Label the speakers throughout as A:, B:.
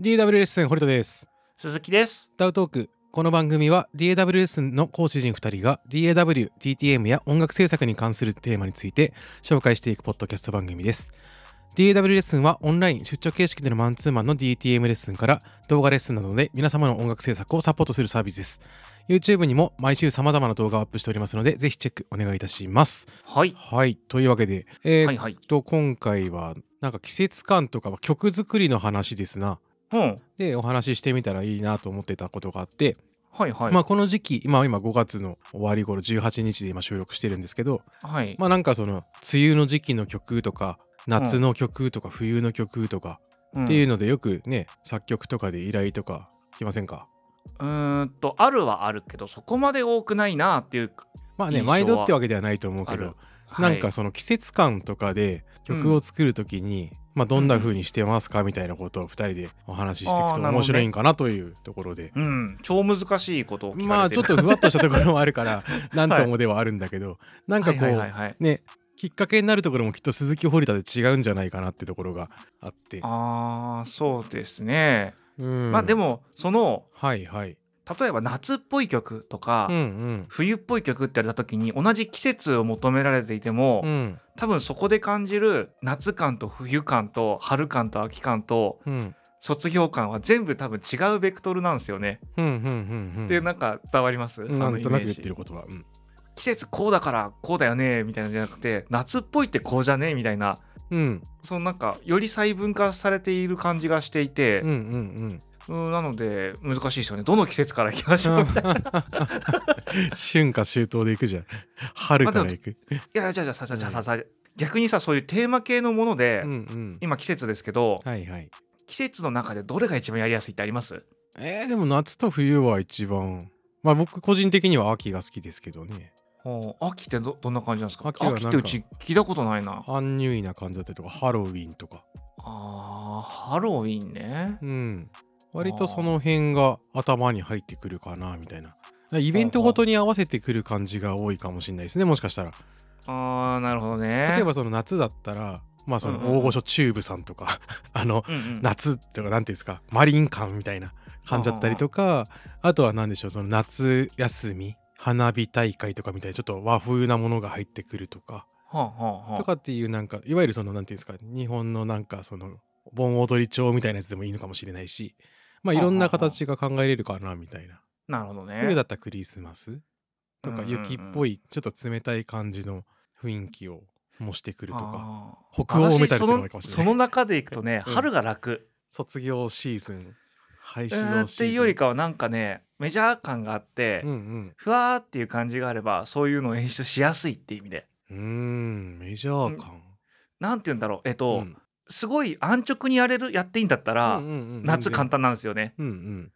A: DW レッスン堀田です
B: 鈴木です。
A: ダウトークこの番組は DAW レッスンの講師陣2人が DAW、DTM や音楽制作に関するテーマについて紹介していくポッドキャスト番組です。DAW レッスンはオンライン出張形式でのマンツーマンの DTM レッスンから動画レッスンなどで皆様の音楽制作をサポートするサービスです。YouTube にも毎週様々な動画をアップしておりますのでぜひチェックお願いいたします。
B: はい。
A: はい、というわけで、えー
B: はいはい
A: えっ。と今回はなんか季節感とかは曲作りの話ですな。
B: うん。
A: でお話ししてみたらいいなと思ってたことがあって、
B: はいはい。
A: まあこの時期今今5月の終わり頃18日で今収録してるんですけど
B: はい。
A: まあなんかその梅雨の時期の曲とか夏の曲とか冬の曲とか
B: っ
A: っていうのでよくね作曲とかで依頼とか来ませんか
B: うん。うーんと、あるはあるけど、そこまで多くないなっていう。
A: まあね
B: 印象は
A: 毎度ってわけではないと思う
B: あ
A: け
B: る
A: どなんかその季節感とかで曲を作る時にまあどんな風にしてますかみたいなことを2人でお話ししてい
B: あー
A: くと
B: なるほどね
A: 面白いんかなというところで。
B: はい、うん。超難しいことを聞
A: ま
B: か
A: あ
B: れ
A: ち
B: てる
A: ょっとふわっとしたところもあるから 何ともではあるんだけどなんかこ
B: はいはいうはいはい、
A: ねきっかけになるところもきっと鈴木堀田で違うんじゃないかなってところがあって
B: ああ、そうですね。
A: うん
B: まあでも、その、
A: はいはい
B: 例えば夏っぽい曲とか、
A: うんうん
B: 冬っぽい曲ってやった時に同じ季節を求められていても、
A: うん
B: 多分そこで感じる夏感と冬感と春感と秋感と
A: うん
B: 卒業感は全部多分違うベクトルなんですよね。
A: うんうんうんうん
B: でなんか伝わります、
A: うんな
B: あの
A: ん
B: イ
A: とな
B: メ
A: く
B: ー
A: 言っ
B: ジ
A: てることはうん
B: 季節こうだからこうだよねみたいなのじゃなくて夏っぽいってこうじゃねみたいな
A: うん
B: そのなんかより細分化されている感じがしていて
A: うんう、ん うん
B: うんなので難しいですよねどの季節からいきましょうみたいな
A: 春夏秋冬でいくじゃん春からいく
B: いやじゃあじゃあさじゃあじゃあさ逆にさそういうテーマ系のもので、
A: うんうん
B: 今季節ですけど
A: はいはい
B: 季節の中でどれが一番やりやすいってあります
A: えーでも夏と冬は一番まあ僕個人的には秋が好きですけどね
B: ほう秋ってどどんな感じなんですか
A: 秋は
B: 秋
A: なんか
B: ってうち聞いたことないな
A: アンニュイな感じだったりとかハロウィンとか
B: あーハロウィンね
A: うん、割とその辺が頭に入ってくるかなみたいなイベントごとに合わせてくる感じが多いかもしれないですねもしかしたら
B: あーなるほどね
A: 例えばその夏だったらまあその
B: うんうん
A: 大御所チューブさんとか あの
B: うんうん
A: 夏とか何ていうんですかマリン館みたいな感じだったりとかあとは何でしょうその夏休み花火大会とかみたいなちょっと和風なものが入ってくるとか
B: はあはあはあ
A: とかっていうなんかいわゆるそのなんていうんですか日本のなんかその盆踊り帳みたいなやつでもいいのかもしれないしまあいろんな形が考えれるかなみたいな
B: なるほどね
A: 冬だったらクリスマスと
B: うん
A: か
B: うんうん
A: 雪っぽいちょっと冷たい感じの雰囲気を模してくるとか
B: あー
A: 北欧メタルっていうのがいい
B: 私
A: かもしれ
B: そ
A: ない
B: のその中でいくとね
A: うん
B: 春が楽、
A: 卒業シーズン廃
B: う
A: 止
B: ーん
A: の
B: っ
A: シ
B: て
A: ーズン
B: いうよりかはなんかねメジャー感があって、
A: うん
B: ふわーっていう感じがあればそういうのを演出しやすいって意味で
A: うんうーんメジャー感
B: なんて言うんだろうえっ
A: う
B: と、
A: ん
B: すごい安直にやれるやっていいんだったら、
A: うんうんうん
B: 夏簡単なんですよね
A: うんうん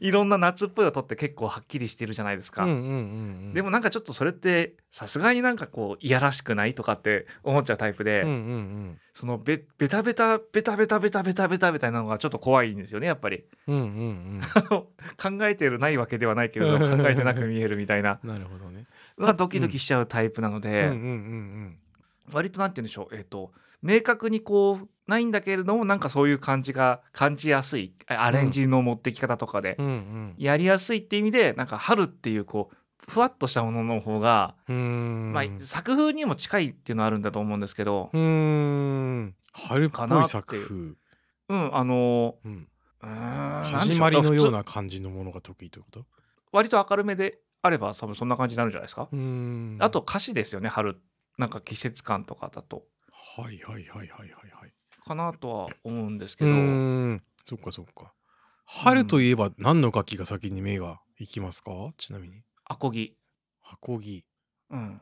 B: いろんな夏っぽい音って結構はっきりしてるじゃないですか、
A: うんうんうんうん
B: でもなんかちょっとそれってさすがになんかこういやらしくないとかって思っちゃうタイプで、
A: うんうんうん
B: そのベベタベタベタベタベタベタベタベタなのがちょっと怖いんですよねやっぱり
A: うんうんうん
B: 考えてるないわけではないけれど考えてなく見えるみた い な
A: なるほどね
B: はドキドキしちゃうタイプなの
A: うんう
B: で、
A: んうん
B: 割となんて言うんでしょうえっ、と明確にこうないんだけれどもなんかそういう感じが感じやすいあアレンジの持ってき方とかで
A: うんうんうん
B: やりやすいって意味でなんか春っていうこうふわっとしたものの方が、
A: うーん
B: まあ、作風にも近いっていうのはあるんだと思うんですけど
A: う、ーん春っ
B: か
A: ぽ
B: ないっていう
A: 作風、
B: うん、あの
A: うん、
B: ーうーんなんで
A: 始
B: しょ
A: まりのよう
B: 普通
A: な感じのものが得意ということ
B: 割と明るめであれば多分そんな感じになるんじゃないですか
A: うーん
B: あと歌詞ですよね春なんか季節感とかだと
A: はいはいはいはいはいはい
B: かなとは思うんですけ
A: う
B: ど、
A: ーんそっかそっか春といえば何の楽器が先に目が行きますかちなみに
B: アコギ、
A: アコギ
B: うん、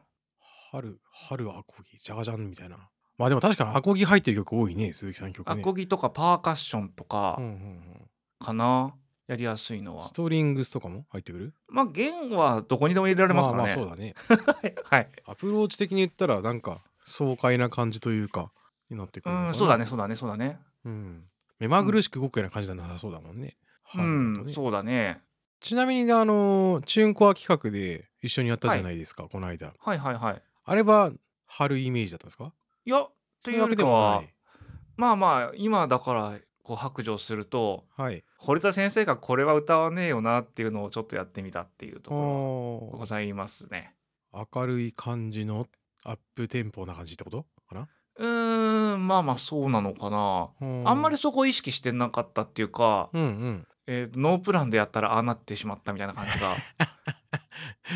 A: 春春アコギジャガジャンみたいなまあでも確かにアコギ入ってる曲多いね鈴木さんの曲ね
B: アコギとかパーカッションとか
A: うんうん
B: かな、やりやすい
A: う
B: の
A: ん、
B: は
A: ストリングスとかも入ってくる
B: まあ弦はどこにでも入れられますから
A: あ、
B: ね、
A: まあそうだね
B: はい、
A: アプローチ的に言ったらなんか爽快な感じというかになってく
B: う
A: るのかなん
B: そうだねそうだねそうだね
A: うん、目まぐるしく動くような感じじゃなさそうだもんね。
B: う
A: 春だと
B: ん
A: ね
B: そうだね
A: ちなみにねあのーチューンコア企画で一緒にやったじゃないですか、この間
B: はいはいはい
A: あれは春イメージだったんですか
B: いやというわけでは
A: そううわけでもない
B: まあまあ今だからこう白状すると
A: はい
B: 堀田先生がこれは歌わねえよなっていうのをちょっとやってみたっていうところ
A: お
B: ございますね。
A: ー明るい感じのアップテンポな感じってことかな
B: うーんまあまあそうなのかな。あんまりそこ意識してなかったっていうか、
A: うんうん
B: えーノープランでやったらああなってしまったみたいな感じが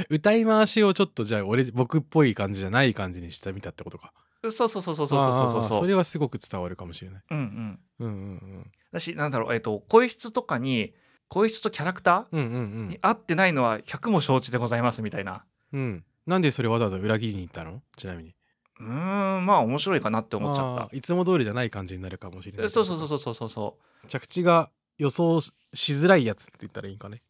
A: 歌い回しをちょっとじゃあ俺僕っぽい感じじゃない感じにしてみたってことか
B: そうそうそうそうそうそうそう
A: あー
B: そう
A: それはすごく伝わるかもしれない
B: うんうん
A: うんうん
B: だしなんだろうえっ、と声質とかに声質とキャラクタ
A: うんうんう
B: ーに
A: ん
B: 合ってないのは100も承知でございますみたいな
A: うんうんなんでそれわざわざ裏切りに行ったのちなみに
B: うーんまあ面白いかなって思っちゃった
A: あーいつも通りじゃない感じになるかもしれない
B: そうそうそうそうそうそ
A: 着地が予想ししづらいやつって言ったらいいんかね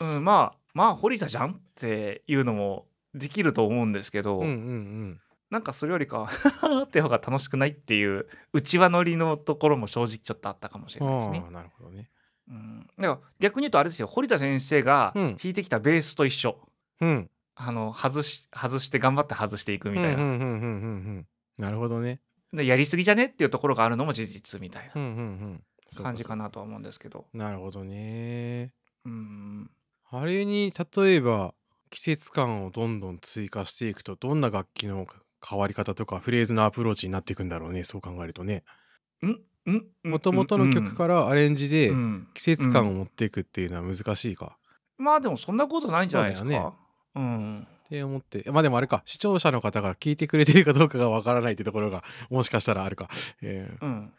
B: う、うん、まあまあ堀田じゃんっていうのもできると思うんですけど、
A: うんうんうん
B: なんかそれよりか って方が楽しくないっていう内輪乗りのところも正直ちょっとあったかもし
A: あ
B: れないですね
A: ー。なるほどね
B: うん、だから逆に言うとあれですよ堀田先生が
A: うん
B: 弾いてきたベースと一緒、
A: うん
B: あの外し外して頑張って外していくみたいな、
A: うんうんうんうんうんうんなるほどね
B: でやりすぎじゃねっていうところがあるのも事実みたい
A: うんうんうんそうか
B: な感じかなとは思うんですけど
A: そうかなるほどね
B: うん
A: あれに例えば季節感をどんどん追加していくとどんな楽器の変わり方とかフレーズのアプローチになっていくんだろうねそう考えるとねもともとの曲
B: ら
A: からアレンジで季節感
B: を
A: を持っていくっていうのは難しいか、
B: まあでもそんなことないんじゃないですか
A: そうだよ
B: うん
A: って思ってまあでもあれか視聴者の方が聞いてくれてるかどうかがわからないってところがもしかしたらあるか、えー
B: うん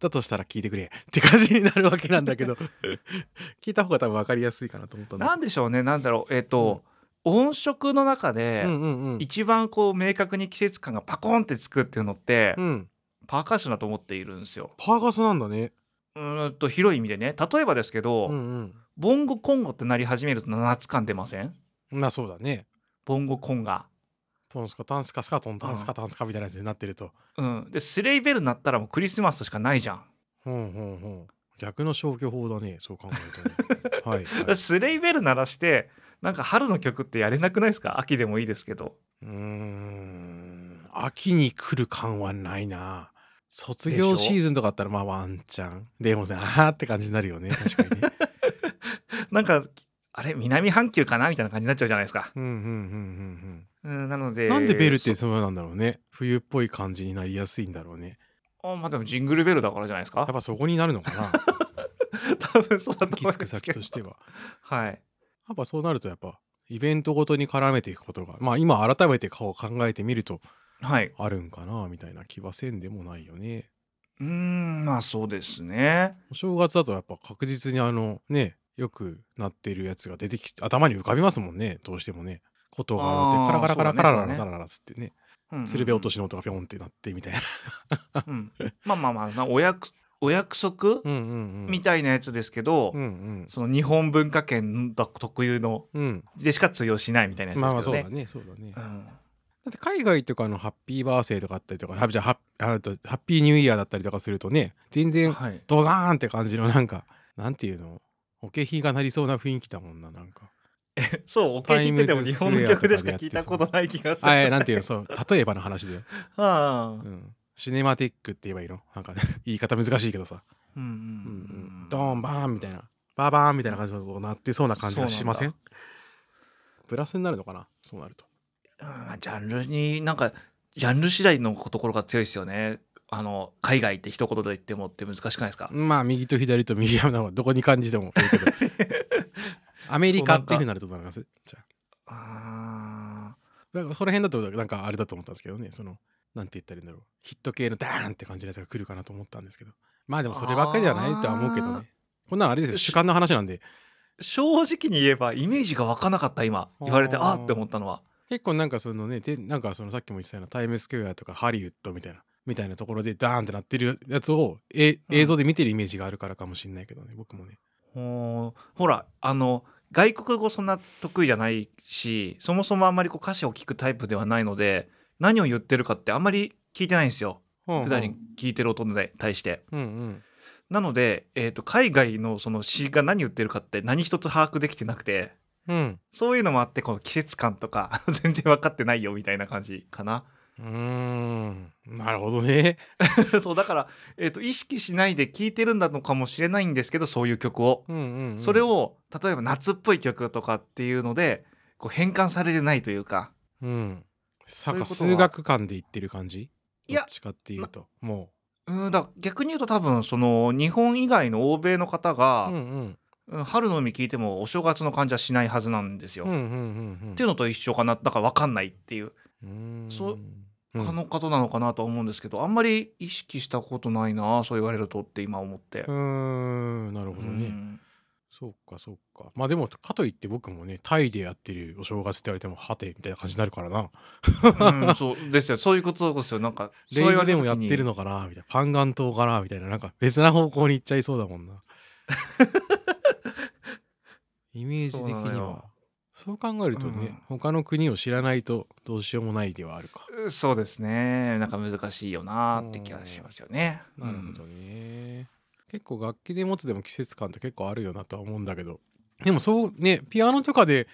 A: だとしたら聞いてくれって感じになるわけなんだけど 聞いた方が多分わかりやすいかなと思ったんだ
B: なんでしょうねなんだろうえっ、と、音色の中で、
A: けどうんうんうん
B: 一番こう明確に季節感がパコンってつくっていうのって、
A: うん
B: パーカッションだと思っているんですよ。
A: パーカスなんだね
B: うーんと広い意味でね例えばですけど、
A: うん
B: ボンゴコンゴってなり始めると7つ感出ません
A: うんまあそうだね
B: ボンゴコンガ。
A: ポンスカタンスカスカトンタンスカタンスカみたいなやつになってると。
B: うん、でスレイベルになったらもうクリスマスしかないじゃん。
A: ほんほんほん。逆の消去法だね、そう考えると ね。はい、
B: だか
A: は
B: ら
A: い。
B: スレイベル鳴らしてなんか春の曲ってやれなくないですか秋でもいいですけど。
A: うーん、秋に来る感はないな。卒業シーズンとかあったらまあワンチャン。でもね、あーって感じになるよね、確かにね。
B: なんかあれ南半球かなみたいな感じになっちゃうじゃないですか。
A: うんうんうんうん
B: うん、なの
A: う
B: で
A: ん。なんでベルって
B: そ
A: そうなんだろうね。冬っぽい感じになりやすいんだろうね。
B: あまあでもジングルベルだからじゃないです
A: やっ
B: か。
A: ぱそこになるのかな。
B: 多分そうだ
A: 行
B: と
A: き
B: 思い
A: 着
B: ま
A: く
B: す
A: 先
B: けど
A: と。しては。
B: はい。
A: やっぱそうなるとやっぱイベントごとに絡めていくことがまあ今改めて顔を考えてみると
B: はい。
A: あるんかなみたいな気はせんでもないよね。
B: うーんまあそうですね。
A: お正月だとやっぱ確実にあのねよくなってるやつが出てきて頭に浮かびますもんねどうしてもね。ことがあって
B: あー
A: カラカラカラ
B: そ
A: カラ
B: うだね
A: カラカラカラつってね鶴瓶落としの音がぴょんってなってみたいな。
B: うん、まあまあまあなお約お約束、
A: うんうんうん。
B: みたいなやつですけど、
A: うんうん。
B: その日本文化圏だ特有の
A: うん、
B: でしか通用しないみたいなやつ
A: まあま
B: で
A: あ
B: す
A: そう
B: け
A: だ
B: どね。
A: ねそうだね、
B: う
A: だ
B: ん
A: って海外とかのハッピーバースデーとかあったりとかハッピーじゃあハッあとハッピーニューイヤーだったりとかするとね全然
B: はい、
A: ドガーンって感じのなんかなんていうのおけひがなりそうな弾きだもんななんか
B: そう、おけ弾いてても日本の曲でしか聞いたことない気がする。
A: あえなんていうのそう例えばの話だよ、
B: あ
A: う
B: あ
A: ん、シネマティックって言えばいいのなんか、ね、 言い方難しいけどさ、
B: うんう
A: うんうん
B: ん、
A: ドーンバーンみたいなバーバーンみたいな感じのこうなってそうな感じがしません
B: そう
A: プラスになるのかなそうなると
B: うんジャンルになんかジャンル次第のところが強いですよね。あの海外って一言で言ってもって難しくないですか、
A: まあ右と左と右はどこに感じてもいい けどアメリカっていうふうになるとどうなりますじゃあ
B: あ
A: なんかその辺だとなんかあれだと思ったんですけどねそのなんて言ったらいいんだろうヒット系のダーンって感じのやつが来るかなと思ったんですけどまあでもそればっかりではないとは思うけど
B: あー
A: ねこんなんあれですよ主観の話なんで
B: ー正直に言えばイメージが湧かなかった今言われて
A: あー
B: ああって思ったのは。
A: 結構なんかそのねでなんかそのさっきも言ってたようなタイムスクエアとかハリウッドみたいなみたいなところでダーンってなってるやつをえ
B: うん
A: 映像で見てるイメージがあるからかもしれないけどね僕もね
B: ほーほらあの外国語そんな得意じゃないしそもそもあんまりこう歌詞を聞くタイプではないので何を言ってるかってあんまり聞いてないんですよ
A: 普
B: 普段に聞いてる音に対して。
A: うんうん
B: なので、えー、と海外のその詩が何言ってるかって何一つ把握できてなくて
A: うん
B: そういうのもあってこの季節感とか全然分かってないよみたいな感じかな。
A: ううーんなるほどね
B: そうだから、えー、と意識しないで聴いてるんだのかもしれないんですけどそういう曲を、
A: うんうんうん
B: それを例えば夏っぽい曲とかっていうのでこう変換されてないというか
A: うんさ
B: という
A: か
B: ことは
A: 数学間で言ってる感じ
B: い
A: ど
B: や
A: っちかっていうとも
B: うんだから逆に言うと多分その日本以外の欧米の方
A: ううん
B: が、
A: うん
B: うん春の海聴いてもお正月の感じはしないはずなんですよ。
A: うんう
B: っ
A: んうんうん
B: ていうのと一緒かなだから分かんないっていう
A: うーん
B: そう
A: うん
B: 可能方なのかなとは思うんですけど、あんまり意識したことないなそう言われるとって今思って。
A: うーんなるほどね、
B: うん
A: そうかそうかまあでもかといって僕もねタイでやってるお正月って言われてもはてみたいな感じになるからな
B: うん、そうですよそういうことですよなんかそう
A: レ
B: 言
A: イ
B: わ
A: ブで
B: れた
A: も
B: 時
A: やっ
B: に
A: てるのかなみたいなパンガン島かなみたいななんか別な方向に行っちゃいそうだもんな イメージ的に
B: そうなの
A: は
B: よ
A: そう考えるとね、
B: うん
A: 他の国を知らないとどうしようもないではあるか、
B: そうですねなんか難しいよなって気がしますよね。
A: なるほどね結構楽器で持つでも季節感って結構あるよなとは思うんだけどでもそうねピアノとかで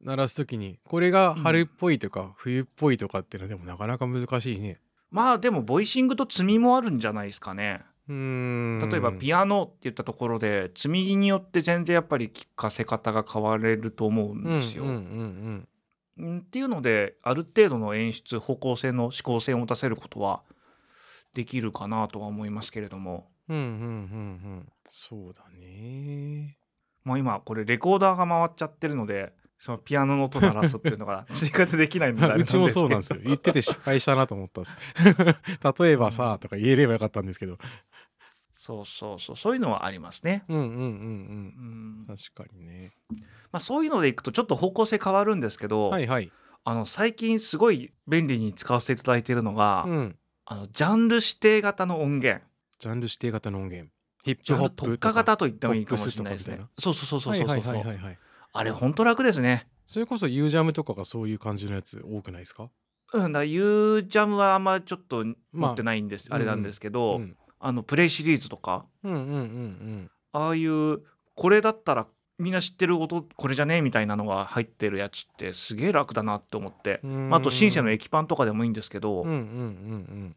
A: 鳴らす時にこれが春っぽいとか、冬っぽいとかっていうのはでもなかなか難しいね
B: まあでもボイシングと積みもあるんじゃないですかね。
A: うーん
B: 例えばピアノって言ったところで積みによって全然やっぱり聴かせ方が変われると思うんですよ。
A: うんうんうん
B: うんっていうのである程度の演出方向性の指向性を持たせることはできるかなとは思いますけれども、
A: うんうんうんうんうんそうだね
B: まあ、今これレコーダーが回っちゃってるのでそのピアノの音鳴らすっていう のが追加でできないのであれなん
A: う
B: で
A: ち
B: すけど
A: もそうなんですよ言ってて失敗したなと思ったんです 例えばさとか言えればよかったんですけど
B: そうそうそうそういうのはありますね。
A: うんうんうんう
B: うんんま
A: 確かにね
B: あ、そういうのでいくとちょっと方向性変わるんですけど、
A: はいはい
B: あの最近すごい便利に使わせていただいているのが、
A: うん
B: あのジャンル指定型の音源
A: ジャンル指定型の音源ヒップ
B: ジャン
A: ホッ
B: ル
A: プ
B: 特
A: と
B: 化
A: か
B: 型と言ってもいいかもしれないです
A: ポ
B: ね
A: ップ。
B: そうそうそうそ
A: は
B: うそ
A: いう
B: そう、
A: はいはいはいはい
B: あれほんと楽ですね。
A: それこそ U ジャムとかがそういう感じのやつ多くないですか
B: うんだ U ジャムはあんまちょっと
A: まあ
B: 持ってないんです、
A: うん
B: あ、れなんですけ
A: う
B: ど、
A: ん
B: あのプレイシリーズとか
A: うんうんうん
B: ああいうこれだったらみんな知ってる音これじゃねえみたいなのが入ってるやつってすげえ楽だなって思って、
A: うん
B: まあ、あとシンセの駅パンとかでもいいんですけど、
A: うんうんうんうん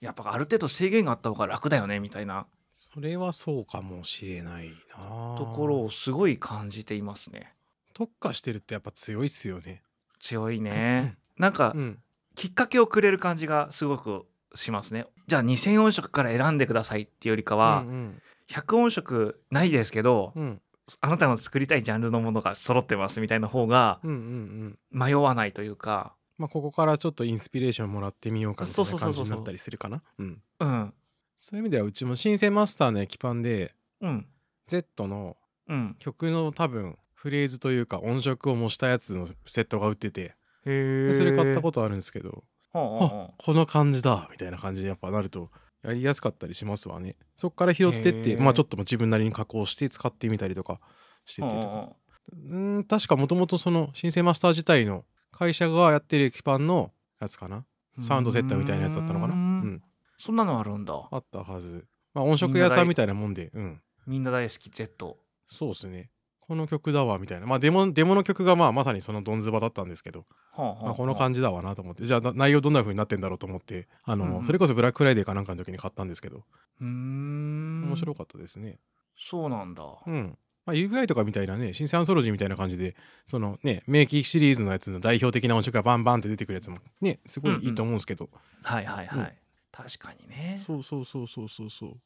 B: やっぱある程度制限があった方が楽だよねみたいな
A: それはそうかもしれないな
B: ところをすごい感じていますね。
A: 特化してるってやっぱ強いっすよね。
B: 強いね。なんか
A: うん、
B: きっかけをくれる感じがすごくしますね。じゃあ2000音色から選んでくださいっていうよりかは、
A: うん
B: 100音色ないですけど、
A: うんうん
B: あなたの作りたいジャンルのものが揃ってますみたいな方が
A: うんうんうん
B: 迷わないというか、
A: まあここからちょっとインスピレーションもらってみようかみたい
B: そ
A: な
B: うそう
A: 感
B: そ
A: じ
B: うそう
A: になったりするかな。うん
B: うん、
A: そういう意味ではうちもシンセマスターの駅パンで
B: うん、
A: Z の
B: うん。
A: 曲の多分フレーズというか音色を模したやつのセットが売ってて
B: へ
A: でそれ買った
B: こ
A: ことあるんですけど
B: と。
A: あ
B: ほうほうほ
A: この感じだみたいな感じでやっぱなるとやりやすかったりしますわねそっから拾ってって
B: へー
A: まあちょっともう自分なりに加工して使ってみたりとかして
B: う
A: て
B: ほう
A: とか
B: ほ
A: うーん確かもともとその新生マスター自体の会社がやってる駅パンのやつかな
B: う
A: サウンドセッターみたいなやつだったのかな
B: う
A: う
B: ー
A: ん
B: んそんなのあるんだ
A: あ。ったはずまあ音色屋さんみたいなもんでうん
B: みんな大好き Z。
A: そうですねこの曲だわみたいなまあデモデモの曲がまあまさにそのドンズバだったんですけど、
B: ほうほう
A: ま
B: ほ
A: あ、
B: う
A: この感じだわなと思ってじゃあな内容どんな風になってんだろうと思ってあの、
B: うんうん
A: それこそブラックフライデーかなんかの時に買ったんですけど
B: うーん。
A: 面白かったですね
B: そうなんだ。
A: うん、まあ、UVI とかみたいなね新生アンソロジーみたいな感じでそのね名機シリーズのやつの代表的な音色がバンバンって出てくるやつもねすごいいいと思うんですけど、
B: はいはいはい。
A: うん
B: 確かにね。
A: そうそうそうそうそうそうだか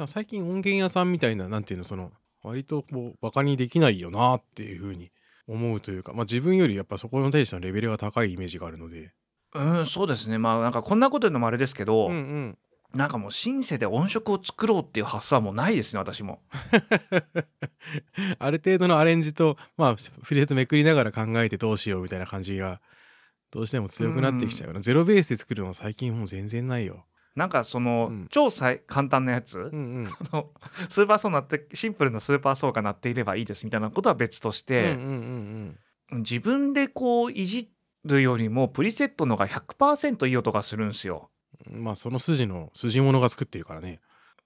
A: ら最近音源屋さんみたいななんていうのその割とこうバカにできないよなっていう風に思うというか、まあ、自分よりやっぱそこの店主のレベルが高いイメージがあるので
B: うん、そうですね。まあなんかこんなこと言うのもあれですけど、
A: ん
B: なんかもうシンセで音色を作ろうっていう発想はもうないですね、私も。
A: うんある程度のアレンジとまあフレーズめくりながら考えてどうしようみたいな感じがどうしても強くなってきちゃうよな、ゼロベースで作るのは最近もう全然ないよ。
B: なんかその、
A: うん
B: 超さい簡単なやつ、
A: うんうん
B: あのスーパーソーなってシンプルなスーパーソーが鳴っていればいいですみたいなことは別とし
A: うんう
B: て、
A: んうん
B: 自分でこういじるよりもプリセットのが100%いい音がするんですよ。
A: うんまあその筋の筋物が作ってるからね。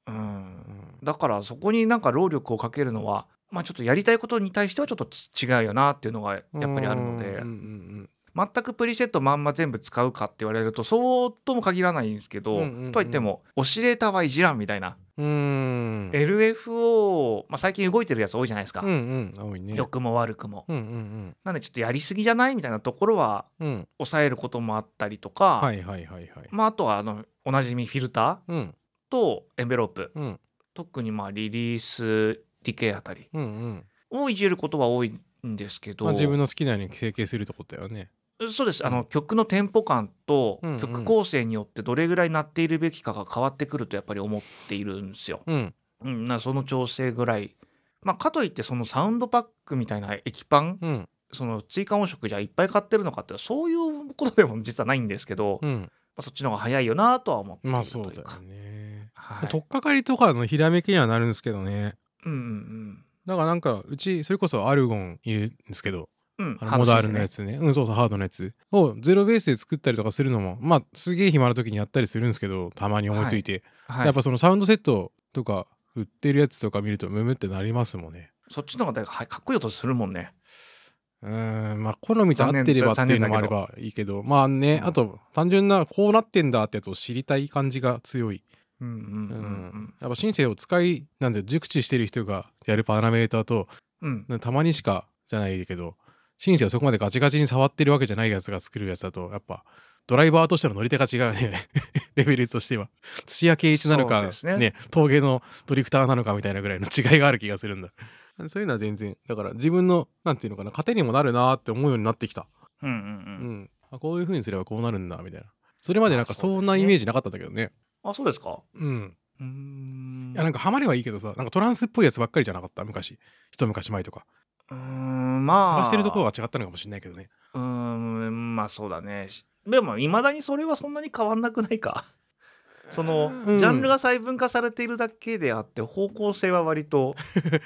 B: う、
A: うんん
B: だからそこになんか労力をかけるのは、まあ、ちょっとやりたいことに対してはちょっと違うよなっていうのがやっぱりあるので、
A: うんうんうん
B: 全くプリセットまんま全部使うかって言われるとそうとも限らないんですけ
A: う
B: ど、
A: んうんうん
B: とはいってもオシレーターはいじらんみたいな、
A: うーん
B: LFO、まあ、最近動いてるやつ多いじゃないですか、
A: うんうん多いね
B: 良くも悪くも、
A: うんうん
B: なんでちょっとやりすぎじゃないみたいなところは
A: うんうん
B: 抑えることもあったりとか、
A: はいはいはいはい
B: まあ、あとはあのおなじみフィルター
A: うん
B: とエンベロープ
A: うん
B: 特にまあリリースディケイあたり
A: うんうん
B: をいじることは多いんですけど、
A: まあ自分の好きなように成形するとこだよね
B: そうです、
A: うん
B: あの曲のテンポ感と
A: うんうん
B: 曲構成によってどれぐらい鳴っているべきかが変わってくるとやっぱり思っているんですよ。
A: うん
B: うん、なその調整ぐらい、まあ、かといってそのサウンドパックみたいな液パン
A: うん
B: その追加音色じゃいっぱい買ってるのかってそういうことでも実はないんですけど、
A: う
B: ま
A: ん
B: あ、そっちの方が早いよなとは思っている
A: まあ
B: と
A: そう
B: い
A: だ
B: うか。
A: よね
B: はい
A: 取っかかりとかのひらめきにはなるんですけどね
B: うんうん
A: だからなんかうちそれこそアルゴンいるんですけど
B: うんうん
A: あのモダールの
B: ね
A: やつねうんそうそうハードのやつをゼロベースで作ったりとかするのもまあすげえ暇な時にやったりするんですけどたまに思いついて、
B: はい、
A: やっぱそのサウンドセットとか売ってるやつとか見るとムムってなりますもんね
B: そっちの方がだいはいかっこいい音するもんね。
A: うーんまあ好みと合ってればっていうのもあればいいけどまあね、
B: うん
A: あと単純なこうなってんだってやつを知りたい感じが強い、
B: うんうん
A: う
B: うんん
A: やっぱシンセを使いなんで熟知してる人がやるパラメーターと
B: うんうん
A: たまにしかじゃないけどシンセをそこまでガチガチに触ってるわけじゃないやつが作るやつだとやっぱドライバーとしての乗り手が違うよね レベルとしては土屋圭一なの
B: そう
A: か、
B: ですね
A: ね、峠のドリフターなのかみたいなぐらいの違いがある気がするんだそういうのは全然だから自分のなんていうのかな糧にもなるなーって思うようになってきた、
B: うんうん
A: う
B: うん
A: ん、あこういう風にすればこうなるんだみたいなそれまでなんか
B: あそう
A: そ
B: です
A: ん
B: ね
A: なイメージなかったんだけどね
B: あそうですか
A: うん
B: うーん
A: いやなんかハマればいいけどさなんかトランスっぽいやつばっかりじゃなかった昔一昔前とか
B: うーんまあ
A: 探してるところが違ったのかもしれないけどね
B: うーんまあそうだねしでもいまだにそれはそんなに変わんなくな いかその、
A: うん
B: ジャンルが細分化されているだけであって方向性は割と、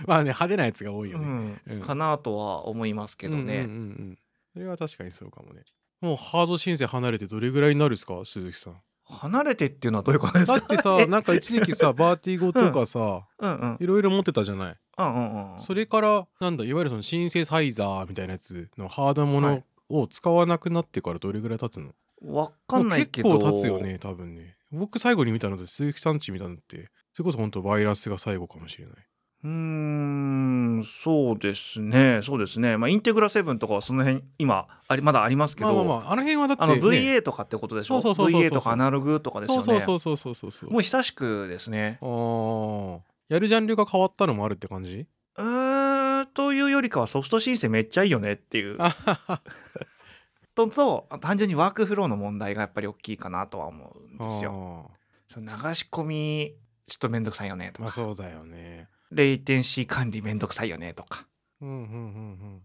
A: まあね派手なやつが多いよ
B: う
A: ね。
B: ん
A: うん
B: かなとは思いますけど
A: う
B: ね、
A: んうんうんうんそれは確かにそうかもね。もうハード申請離れてどれぐらいになるんですか鈴木さ ん。
B: 離れてっていうのはどういうことです
A: だ
B: か
A: って さなんか一時期さバーティゴとかさ、
B: うんうん
A: いろいろ持ってたじゃない。
B: うんうんうん
A: それからなんだいわゆるそのシンセサイザーみたいなやつのハードも
B: は
A: の
B: い
A: を使わなくなってからどれぐらい経つの、
B: わかん
A: も
B: な
A: う
B: い
A: 結
B: けど
A: 構経つよね多分ね。僕最後に見たので鈴木さんち見たのってそれこそ本当バイラスが最後かもしれない。
B: うーんそうですねそうですねまあインテグラセブンとかはその辺今ありまだありますけ
A: まあ
B: ど、
A: まあまああの辺はだって、
B: あ
A: ね、
B: の VA とかってことでしょ、
A: そうそうそうそうそう
B: VA とかアナログとかですよ
A: そ
B: ね
A: うそうそうそうそうそうそう。
B: もう久しくですね。
A: ああやるジャンルが変わったのもあるって感じ
B: うーんというよりかはソフト申請めっちゃいいよねっていう
A: あはは
B: とと単純にワークフローの問題がやっぱり大きいかなとは思うんですよ。
A: あ
B: その流し込みちょっとめんどくさいよね
A: ー
B: と
A: まあ
B: か、
A: そうだよね
B: レイテンシー管理めんどくさいよねとか
A: うんうん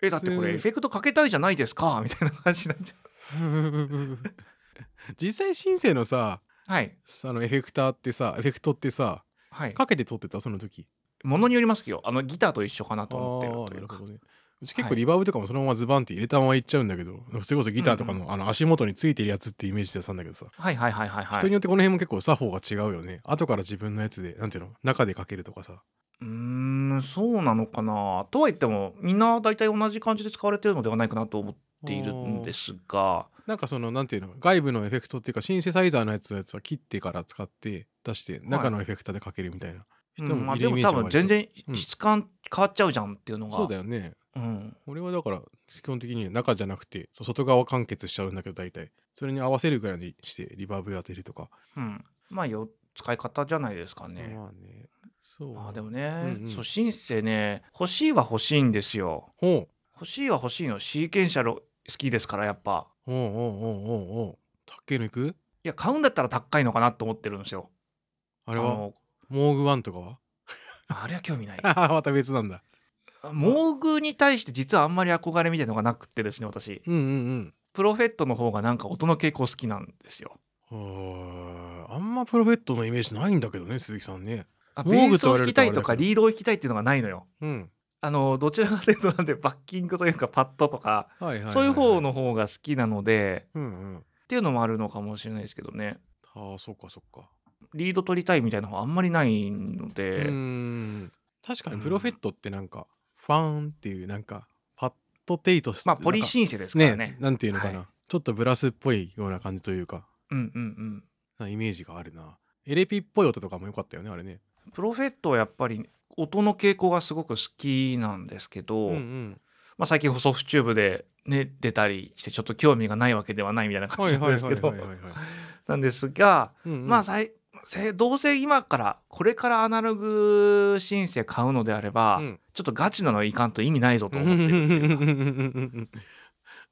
B: えだってこれエフェクトかけたいじゃないですかみたいな感じになっちゃ
A: うんうん 実際シンセのさ
B: う。はい
A: あのエフェクターってさエフェクトってさ
B: はい。
A: かけて撮ってたその時
B: ものによりますけどあのギターと一緒かな
A: あ
B: と思っ
A: ー
B: てると
A: な
B: いう
A: る
B: か
A: ほ。どねうち結構
B: はい
A: リバーブとかもそのままズバンって入れたままいっちゃうんだけどそれこそギターとかの,、
B: うん
A: あの足元についてるやつってイメージでやってたんだけどさ、
B: はいはいはいはいはい。
A: 人に
B: う
A: よってこの辺も結構作法が違うよね後から自分のやつでなんていうの中でかけるとかさ
B: ーんそうなのかなとは言ってもみんな大体同じ感じで使われてるのではないかなと思っているんですが。
A: なんかそのなんていうの外部のエフェクトっていうかシンセサイザーのやつのやつは切ってから使って出して中のエフェクターでかけるみたいな、
B: うん
A: 人
B: ま
A: も
B: あ、
A: い
B: で
A: るイ
B: も
A: メージ
B: 多
A: は割
B: 分
A: と
B: 全然
A: うん
B: 質感変わっちゃうじゃんっていうのが、
A: そうだよね
B: うん
A: 俺はだから基本的に中じゃなくてそう外側完結しちゃうんだけど大体それに合わせるぐらいにしてリバーブ当てるとか、
B: うん、まあよ使い方じゃないですかね。
A: まあねそう
B: まあでも
A: う
B: ね、
A: んうん
B: そうシンセね欲しいは欲しいんですよ
A: ほう
B: 欲しいは欲しいのシーケンシャル好きですからやっぱ
A: ほうほうほうほうほうタッケ抜く
B: いや買うんだったら高いのかなと思ってるんですよ
A: あ
B: あ
A: れは
B: の
A: モーグワンとかは
B: あれは興味ない
A: また別なんだ
B: モーグに対して実はあんまり憧れみたいのがなくてですね私
A: うんうん
B: プロフェットの方がなんか音の傾向好きなんですよ
A: うんはーあんまプロフェットのイメージないんだけどね鈴木さんね
B: あ
A: モ
B: ベ
A: ーグと
B: ース
A: 言われ
B: を弾
A: る
B: き
A: と
B: た
A: あれ
B: い
A: だけど
B: とかリードを弾きたいっていうのがないのよ
A: うん
B: あのどちらかというとなんでバッキングというかパッドとか
A: はいはいはいはい
B: そういう方の方が好きなので
A: うんうん
B: っていうのもあるのかもしれないですけどね
A: ああそっかそっか
B: リード取りたいみたいな方あんまりないの
A: うー
B: で
A: ん確かにプロフェットってなんか、ファーンっていうなんかパットテイトし
B: まあポリシンセですからね
A: ねなんていうのかな、
B: は
A: ちょっとブラスっぽいような感じというか
B: うんうんうん
A: なイメージがあるなエレピっぽい音とかも良かったよねあれね
B: プロフェットはやっぱり音の傾向がすごく好きなんですけ ど、
A: ん
B: まあ、最近ソフチューブで、ね、出たりしてちょっと興味がないわけではないみたいな感じなんですけどなんですが、まあ
A: さ
B: さいせどうせ今からこれからアナログシンセ買うのであれば、
A: うん
B: ちょっとガチなのいかんと意味ないぞと
A: ノ
B: 思ってるっていうか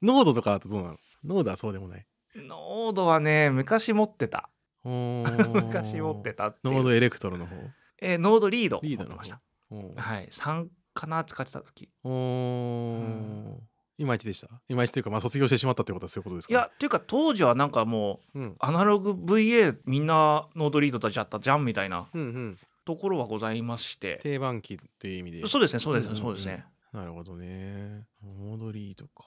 A: ードとかだとどうなのノードはそうでもない
B: ノードはね昔持ってた昔持ってたっていう
A: ノードエレクトロの方
B: えーノードリード
A: リー
B: 持
A: ド
B: って
A: の
B: ました
A: 方
B: はい3かな使ってた時
A: おお
B: うん
A: いまいちでしたいまいちというかまあ卒業してしまったってことはそういうことですか
B: い
A: ね
B: やっていうか当時はなんかもう
A: うん
B: アナログ VA みんなノードリードだじゃったじゃんみたいな
A: うんうん
B: ところはございまして
A: 定番機っていう意味で
B: そうですねそうです
A: う
B: ね
A: んうん
B: そ
A: うん
B: うですね
A: なるほどね。モードリーとか。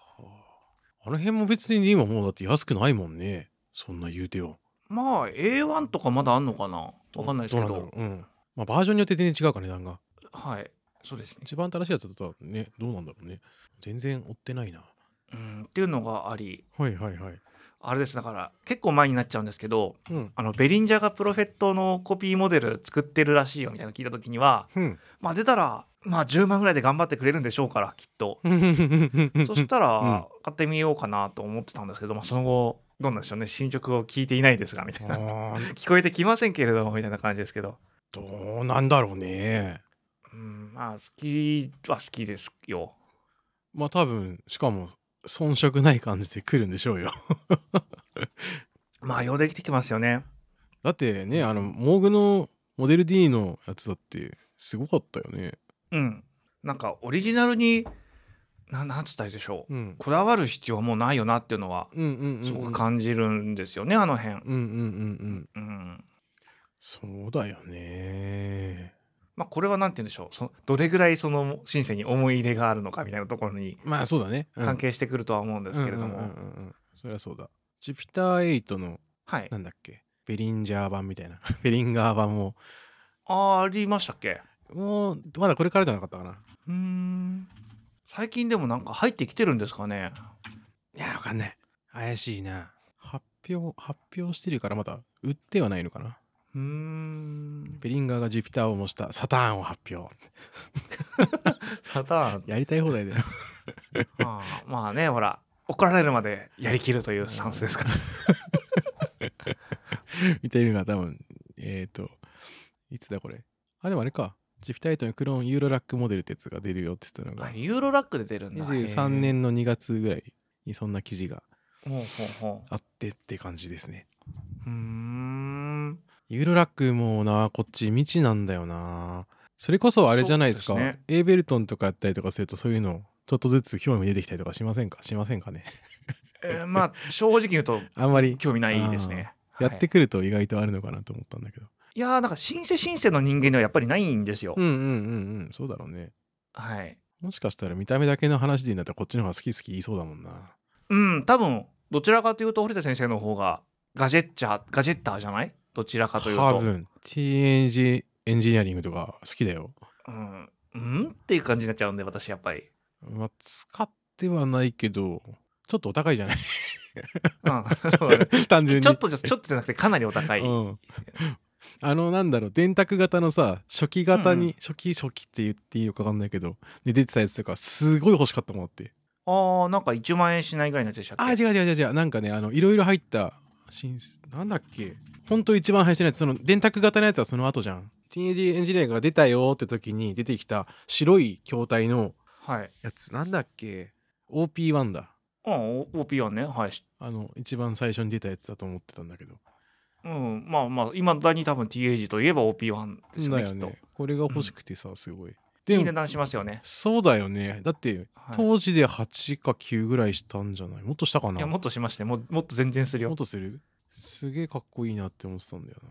A: あの辺も別に今もうだって安くないもんね。そんな言うてよ。
B: まあ A1 とかまだあんのかなわかんないですけど
A: うなんだろう。うん。まあバージョンによって全然違うから値段が。
B: はいそうですね
A: 一番新しいやつだとね、どうなんだろうね。全然追ってないな。
B: うんっていうのがあり
A: はいはいはい。
B: あれですだから結構前になっちゃうんですけど
A: うん。
B: あのベリンジャーがプロフェットのコピーモデル作ってるらしいよみたいなの聞いた時には
A: うん。
B: まあ出たらまあ10万ぐらいで頑張ってくれるんでしょうからきっと そしたら買ってみようかなと思ってたんですけど、まあ、その後どうなんでしょうね新曲を聞いていないですがみたい
A: あ
B: な
A: ー
B: 聞こえてきませんけれどもみたいな感じですけど、
A: どうなんだろうね。
B: うん、まあ好きは好きですよ
A: まあ多分、しかも遜色ない感じで来るんでしょう よ。
B: まあようできてきますよね
A: だってね、あの、モーグのモデル D のやつだってすごかったよね。
B: うんなんかオリジナルにななんつったらいいでしょう
A: うん。
B: こだわる必要はもうないよなっていうのは
A: うんうんうんうん
B: すごく感じるんですよね、あの辺
A: うんうんうんうん
B: うん
A: そうだよね
B: まあこれはなんて言うんでしょうそのどれぐらいそのシンセに思い入れがあるのかみたいなところに
A: まあそうだね、うん
B: 関係してくるとは思うんですけれども、
A: うんうんうんうんうんそりゃそうだジュピター8の
B: はい
A: なんだっけベリンジャー版みたいな ベリンガー版も
B: あーありましたっけ
A: もうまだこれからじゃなかったかな
B: うーん最近でもなんか入ってきてるんですかね
A: いやわかんない怪しいな発表発表してるからまだ売ってはないのかな
B: うーん
A: ベリンガーがジュピターを模したサターンを発表
B: サターン
A: やりたい放題だよ
B: まあまあねほら怒られるまでやりきるというスタンスですから
A: 見てるのが多分えっ、ー、といつだこれあでもあれかジュピター8のクローンユーロラックモデルってやつが出るよって言ってたのが
B: あユーロラックで出るんだ
A: 23年の2月ぐらいにそんな記事が
B: へーほうほうほ
A: あってって感じですね
B: ううーん
A: ユーロラックもなこっち未知なんだよなそれこそあれじゃないですか
B: そうですね
A: エーベルトンとかやったりとかするとそういうのちょっとずつ興味出てきたりとかしませんかしませんかね
B: えーまあ正直言うと
A: あんまり
B: 興味ないですね
A: やって
B: はい
A: くると意外とあるのかなと思ったんだけど、
B: いやーなんかシンセシンセの人間ではやっぱりないんですよ、
A: うんうんうんうんそうだろうね
B: はい
A: もしかしたら見た目だけの話でいいんだったらこっちの方が好き好き言いそうだもんな
B: うん多分どちらかというと堀田先生の方がガジェッチャーガジェッターじゃないどちらかという
A: 多
B: と、
A: 分 TNG エンジニアリングとか好きだよ
B: うん、うんっていう感じになっちゃうんで私やっぱり、
A: まあ、使ってはないけど、ちょっとお高いじゃない
B: うんそうだね
A: 単純に。
B: ちょっとじゃちょっとじゃなくてかなりお高い、
A: うん。あの、なんだろう、電卓型のさ、初期型に、
B: うんうん
A: 初期初期って言っていいのかわかんないけど、で出てたやつとか、すごい欲しかったもんだって。
B: あーなんか1万円しないぐらいのやつでしたっけ
A: あー、違う違う違う違う。なんかね、あの、いろいろ入った、新なんだっけ。ほんと一番最初のやつ、その、電卓型のやつはその後じゃん。ティーンエイジエンジニアが出たよって時に出てきた白い筐体の
B: はい、
A: やつ、なんだっけ。OP1 だ。
B: うん、OP1 ねはいし
A: あの、一番最初に出たやつだと思ってたんだけど。
B: うんまあまあいまだに多分 TAG といえば OP1 ですよ
A: だ
B: ね
A: よ
B: きっ
A: ねこれが欲しくてさ、すごいで
B: とい
A: も
B: い値段しますよね、
A: そうだよねだって、
B: はい、
A: 当時で8か9ぐらいしたんじゃないもっとしたか
B: い
A: な
B: やもっとしましてももっと全然する
A: も
B: よ
A: っとするすげえかっこいいなって思ってたんだよな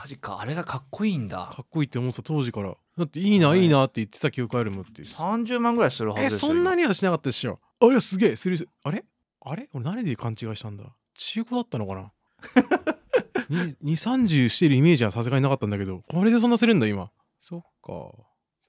B: マジかあれがかっこいいんだ
A: かっこいいって思ってた当時からだっていいな、、
B: はいい
A: いなって言ってた記憶あるもんって
B: 30万ぐらいするはず
A: え
B: ですよ
A: そんな
B: に
A: にはしなかったでしょあれすげえするあれあれ俺何で勘違いしたんだ中古だったのか なに230してるイメージはさすがになかったんだけどこれでそんなするんだ今そっか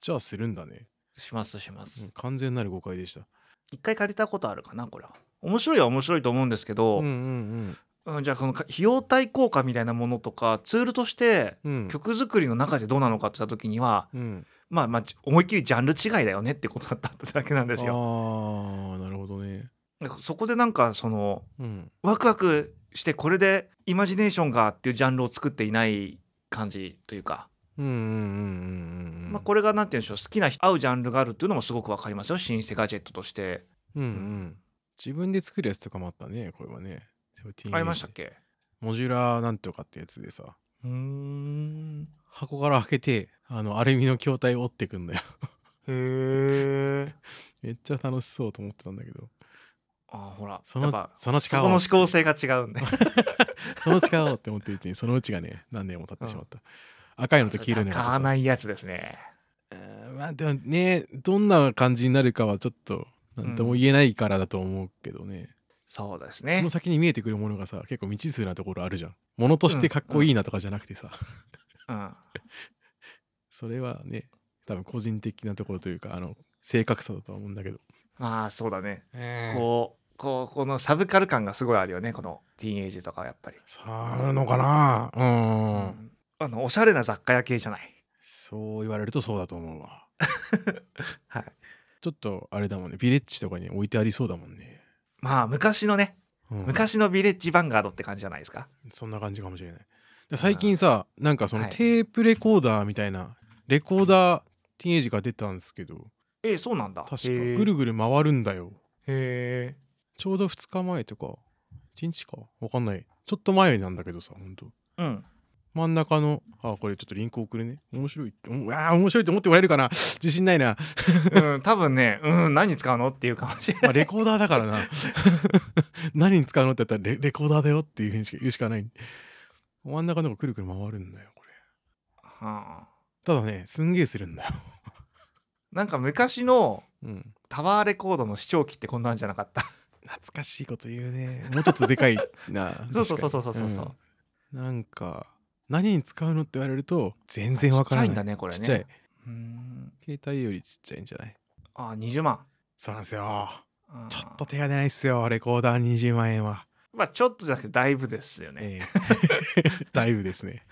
A: じゃあするんだね
B: しますします
A: うん完全なる誤解でした。
B: 一回借りたことあるかなこれは面白いは面白いと思うんですけど、
A: うんうん
B: うんじゃあそのか費用対効果みたいなものとかツールとして
A: うんうん
B: 曲作りの中でどうなのかって言った時には、
A: うん
B: まあまあち思いっきりジャンル違いだよねってことだっただけなんですよ。
A: ああなるほどね
B: そこでなんかその
A: うん
B: ワクワクしてこれでイマジネーションがっていうジャンルを作っていない感じというか、
A: うんうんうんうんうん
B: まあ、これがなんて言うんでしょう好きな人合うジャンルがあるっていうのもすごくわかりますよ新世界ジェットとして。
A: うんうん自分で作るやつとかもあったねこれはね
B: ありましたっ
A: け
B: け
A: モジュラーなんとかってやつでさ
B: うーん
A: 箱から開けてあのアルミの筐体を折ってくんだよ
B: へえ。
A: めっちゃ楽しそうと思ってたんだけど
B: あほら
A: そ
B: や
A: の
B: っぱ
A: その
B: そ
A: 力
B: この
A: を
B: 思考性が違うんで
A: その力をって思ってるうちにそのうちがね何年も経ってしまった、赤いのと黄色いの
B: 買わ
A: い
B: ないやつですね。
A: まあでもねどんな感じになるかはちょっと何とも言えないからだと思うけどね、
B: そうです
A: そ
B: ね
A: の。先に見えてくるものがさ結構未知数なところあるじゃんものとしてかっこいいなとかじゃなくてさ、
B: うん
A: それはね多分個人的なところというかあの正確さだとは思うんだけど、
B: まあそうだね。
A: こ
B: こうこうこのサブカル感がすごいあるよねこのティーンエイジとかはやっぱり、
A: うさあのかなう、
B: うんんあのおしゃれな雑貨屋系じゃない
A: そう言われるとそうだと思うわ
B: はい
A: ちょっとあれだもんねビレッジとかに置いてありそうだもんね、
B: まあ昔のね、
A: うん
B: 昔のヴィレッジヴァンガードって感じじゃないですか
A: そんな感じかもしれないで最近さなんかその
B: はい
A: テープレコーダーみたいなレコーダーティーンエイジが出たんですけど
B: ええそうなんだ
A: 確かぐるぐる回るんだよ
B: へえ
A: ちょうど2日前とか1日かわかんないちょっと前なんだけどさほんと
B: うん
A: 真ん中のあこれちょっとリンク送るね面白いおうわあ面白いと思ってもらえるかな 自信ないな、
B: うん多分ねうん何に使うのっていう感じ
A: まあ、レコーダーだからな 何に使うのって言ったらレレコーダーだよっていうふうにしか言うしかない真ん中のとこくるくる回るんだよこれ
B: はあ
A: ただねすんげえするんだよ、
B: なんか昔の
A: うん、
B: タワーレコードの視聴器ってこんなんじゃなかった
A: 懐かしいこと言うねもうちょっとでかいな
B: そうそう
A: 確かに
B: そうそうそうそう
A: うんなんか何に使うのって言われると 全然わからない
B: ちっちゃいんだねこれね
A: ちっちゃいう
B: ーん
A: 携帯よりちっちゃいんじゃない
B: あ20万
A: そうなんですよ
B: あー
A: ちょっと手が出ないっすよレコーダー20万円は
B: まあちょっとじゃなくてだいぶですよね、
A: ええだいぶですね。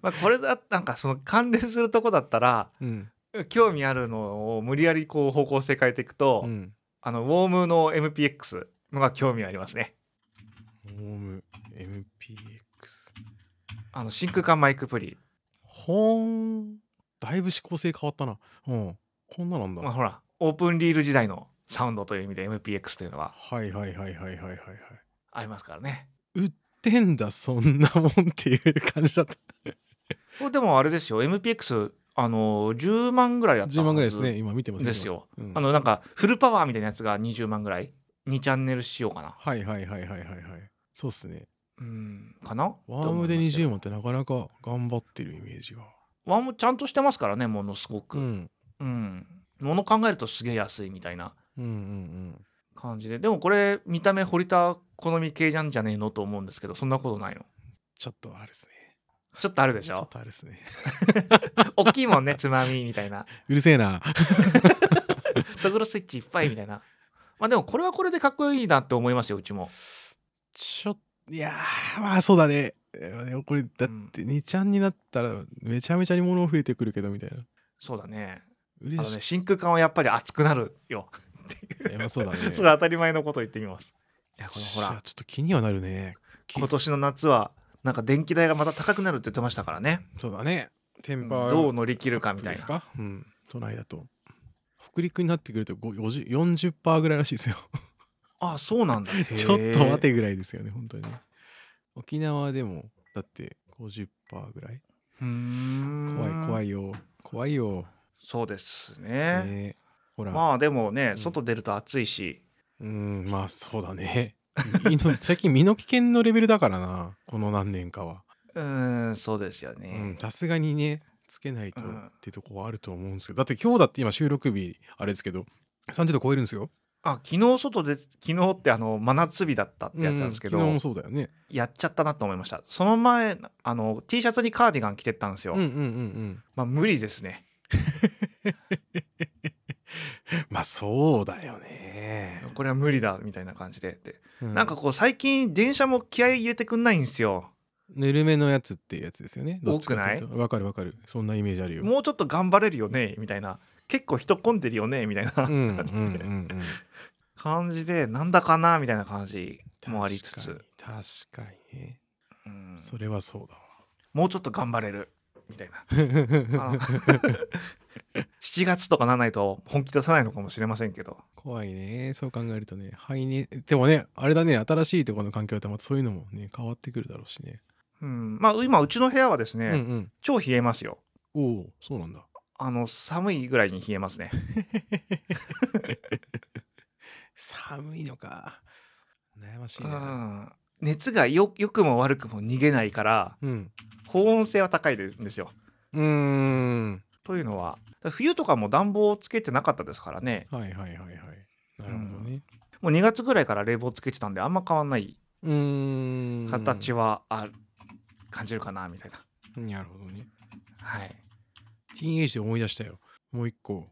B: まあこれだなんかその関連するとこだったら
A: うん。
B: 興味あるのを無理やりこう方向性変えていくと、
A: うん。
B: あのウォームの MPX のが興味ありますね
A: ホーム MPX。
B: あの真空管マイクプリ
A: ほーん。だいぶ指向性変わったな。うん。こんななんだ。
B: まあ、ほらオープンリール時代のサウンドという意味で MPX というのは
A: はいはいはいはいはいはいはい。
B: ありますからね
A: 売ってんだそんなもんっていう感じだ った。
B: これでもあれですよ MPX あの10万ぐらいやった
A: 10
B: はず
A: 万ぐらいですね。今見てます。
B: ですよ
A: 見てます。うん
B: あのなんかフルパワーみたいなやつが20万ぐらい2チャンネルしようかな
A: はいはいはいはいはいはい。そうっすね。
B: うんかな
A: ワームで20万
B: 万
A: ってなかなか頑張ってるイメージが。
B: ワームちゃんとしてますからねものすご
A: う
B: く、
A: ん。
B: うん、もの考えるとすげえ安いみたいな
A: うんうんうん。
B: 感じででもこれ見た目堀田好み系なんじゃねえのと思うんですけどそんなことないの
A: ちょっとあるっすね。
B: ちょっとあるでし
A: ちょっ
B: ょ
A: とあるっすね。
B: 大きいもんねつまみみたいな
A: うるせえな。
B: トグロスイッチいっぱいみたいなまあでもこれはこれでかっこいいなって思いますようちも、
A: ちょっいやーまあそうだね。えーでもこれだ
B: う
A: っ
B: ん
A: て2ちゃんになったらめちゃめちゃに物増えてくるけどみたいな。
B: そうだねあ
A: 嬉
B: の
A: しい
B: ね。真空管はやっぱり熱くなるよ
A: えーまあそうだね。
B: それは当たり前のことを言ってみますいやこのほ
A: いや
B: ら
A: ちょっと気にはなるね。き
B: 今年の夏はなんか電気代がまた高くなるって言ってましたからね
A: そうだね。テンパ
B: どう乗り切るかみたい
A: です
B: な
A: かうん。都内だと。北陸になってくるとご50 40%ぐらいらしいですよ。
B: あそうなんだ
A: ちょっと待
B: へ
A: てぐらいですよね、本当にね。沖縄でもだって50%ぐらい。
B: えうーん
A: 怖い怖
B: い
A: いよ。怖いよ。
B: そうですね
A: ね、ほら。
B: まあでもね、
A: ん
B: 外出ると暑いし、
A: うんまあそうだね身 の最近身の危険のレベルだからなこの何年かは
B: うーん、そうですよ
A: うん
B: ね。
A: さすがにねつけないとっ
B: うん
A: てとこはあると思うんですけどだって今日だって今収録日あれですけど30度超えるんですよ
B: あ、昨日外で、昨日ってあの、真夏日だったってやつなんですけど、
A: うん昨日もそうだよね
B: やっちゃったなと思いました。その前、あの、T シャツにカーディガン着てったんですよ。
A: うんうんうんうん
B: まあ、無理ですね。
A: まあそうだよね。
B: これは無理だみたいな感じでって、
A: う
B: なんかこう最近電車も気合い入れてくんないんですよ
A: ぬるめのやつっていうやつですよね。どっちかってうと
B: 多
A: わかるわかる。そんなイメージあるよ。
B: もうちょっと頑張れるよねみたいな結構人混んでるよねみたいな
A: うんうんうん
B: 感じで、
A: うん、
B: 感じでなんだかなみたいな感じもありつつ、
A: 確かに確かにね、
B: うん
A: それはそうだわ。
B: もうちょっと頑張れるみたいなあ の7月とかならないと本気出さないのかもしれませんけど
A: 怖いねそう考えるとね肺にでもねあれだね新しいところの環境だとまたそういうのもね変わってくるだろうしね、
B: うん、まあ今うちの部屋はですね、
A: うん
B: 超冷えますよ
A: うんおおそうなんだ
B: あの寒いぐらいに冷 えますね
A: 寒いのか悩ましいうなん
B: 熱がよ良くも悪くも逃げないから
A: うん
B: 保温性は高いんですよ
A: うーん
B: というのは冬とかも暖房をつけてなかったですからね
A: はいはいはいはいなるほどね
B: もう2月ぐらいから冷房つけてたんであんま変わんないう
A: ーん
B: 形はあ感じるかなみたいな
A: なるほどね
B: はい
A: ティーンエイジで思い出したよもう一個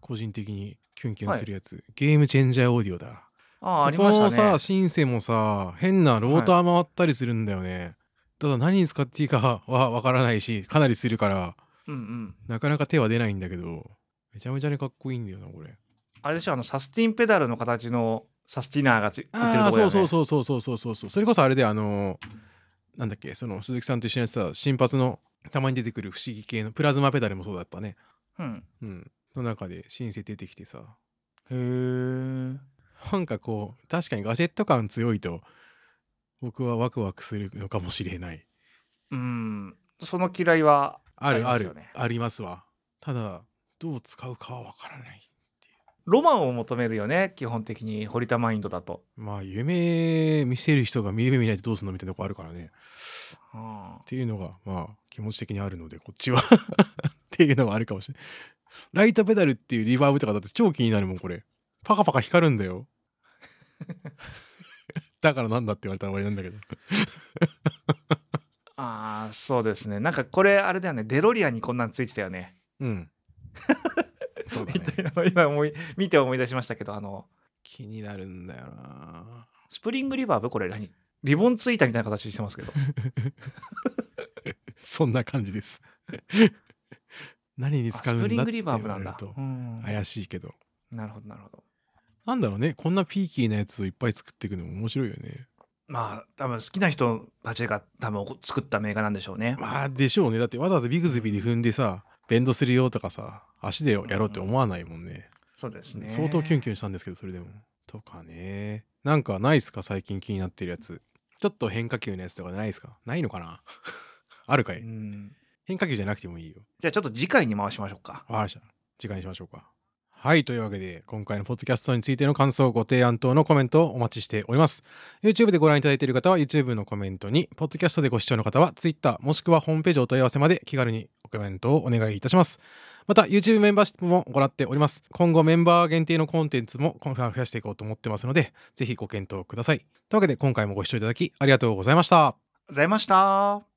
A: 個人的にキュンキュンするやつ、ゲームチェンジャーオーディオだ
B: ああありまし
A: こ
B: た
A: の
B: ね
A: さシンセもさ変なローター回ったりするんだよね、ただ何に使っていいかはわからないしかなりするから
B: うんうん
A: なかなか手は出ないんだけどめちゃめちゃにかっこいいんだよなこれ
B: あれでしょあのサスティンペダルの形のサスティナーがち売ってるとこ
A: ああ
B: だよ
A: そ
B: ね
A: うそうそうそうそうそうそうそうそれこそあれであのーなんだっけその鈴木さんと一緒にやってた新発のたまに出てくる不思議系のプラズマペダルもそうだったね
B: うん
A: うんの中でシンセ出てきてさ
B: へえ
A: なんかこう確かにガジェット感強いと僕はワクワクするのかもしれない
B: うんその嫌いは
A: あるあ
B: あります
A: る
B: よね
A: ありますわただどう使うかはわからない
B: ロマンを求めるよね基本的に堀田マインドだと、
A: まあ夢見せる人が夢見ないとどうすんのみたいなとこあるからね
B: うん
A: っていうのがまあ気持ち的にあるのでこっ ちはっていうのはあるかもしれないライトペダルっていうリバーブとかだって超気になるもんこれパカパカ光るんだ よだからなんだって言われたら終わりなんだけど
B: ああそうですねなんかこれあれだよねデロリアンにこんなんついてたよね
A: うん そうだ
B: み
A: ね
B: たいなの今思い見て思い出しましたけどあの
A: 気になるんだよな
B: スプリングリバーブこれ何リボンついたみたいな形してま すけど
A: そんな感じ です。何に
B: あ
A: 使
B: ス
A: うんだ
B: プ
A: って言
B: リン
A: われ
B: グリ
A: る
B: バーブなんだ、
A: と
B: うん
A: 怪しいけど。
B: なるほどなるほど
A: なんだろうね、こんなピーキーなやつをいっぱい作っていくのも面白いよね。
B: まあ多分好きな人たちが多分作った名画なんでしょうね、
A: まあでしょうね。だってわざわざビグズビーで踏んでさ、ベンドするよとかさ、足でやろうって思わないもんね。
B: そうですね
A: 相当キュンキュンしたんですけど、それでも。とかね。なんかないっすか最近気になってるやつ。ちょっと変化球のやつとかないっすかないのかな あるかい
B: うん
A: 変化球じゃなくてもいいよ。
B: じゃあちょっと次回に回しましょうか
A: わかりました。時間にしましょうか。はい。というわけで、今回のポッドキャストについての感想、ご提案等のコメントをお待ちしております。YouTube でご覧いただいている方は YouTube のコメントに、ポッドキャストでご視聴の方は Twitter もしくはホームページお問い合わせまで気軽にコメントをお願いいたします。また YouTube メンバーシップも行っております。今後メンバー限定のコンテンツも今後は増やしていこうと思ってますので、ぜひご検討ください。というわけで今回もご視聴いただきありがとうございました。
B: ございました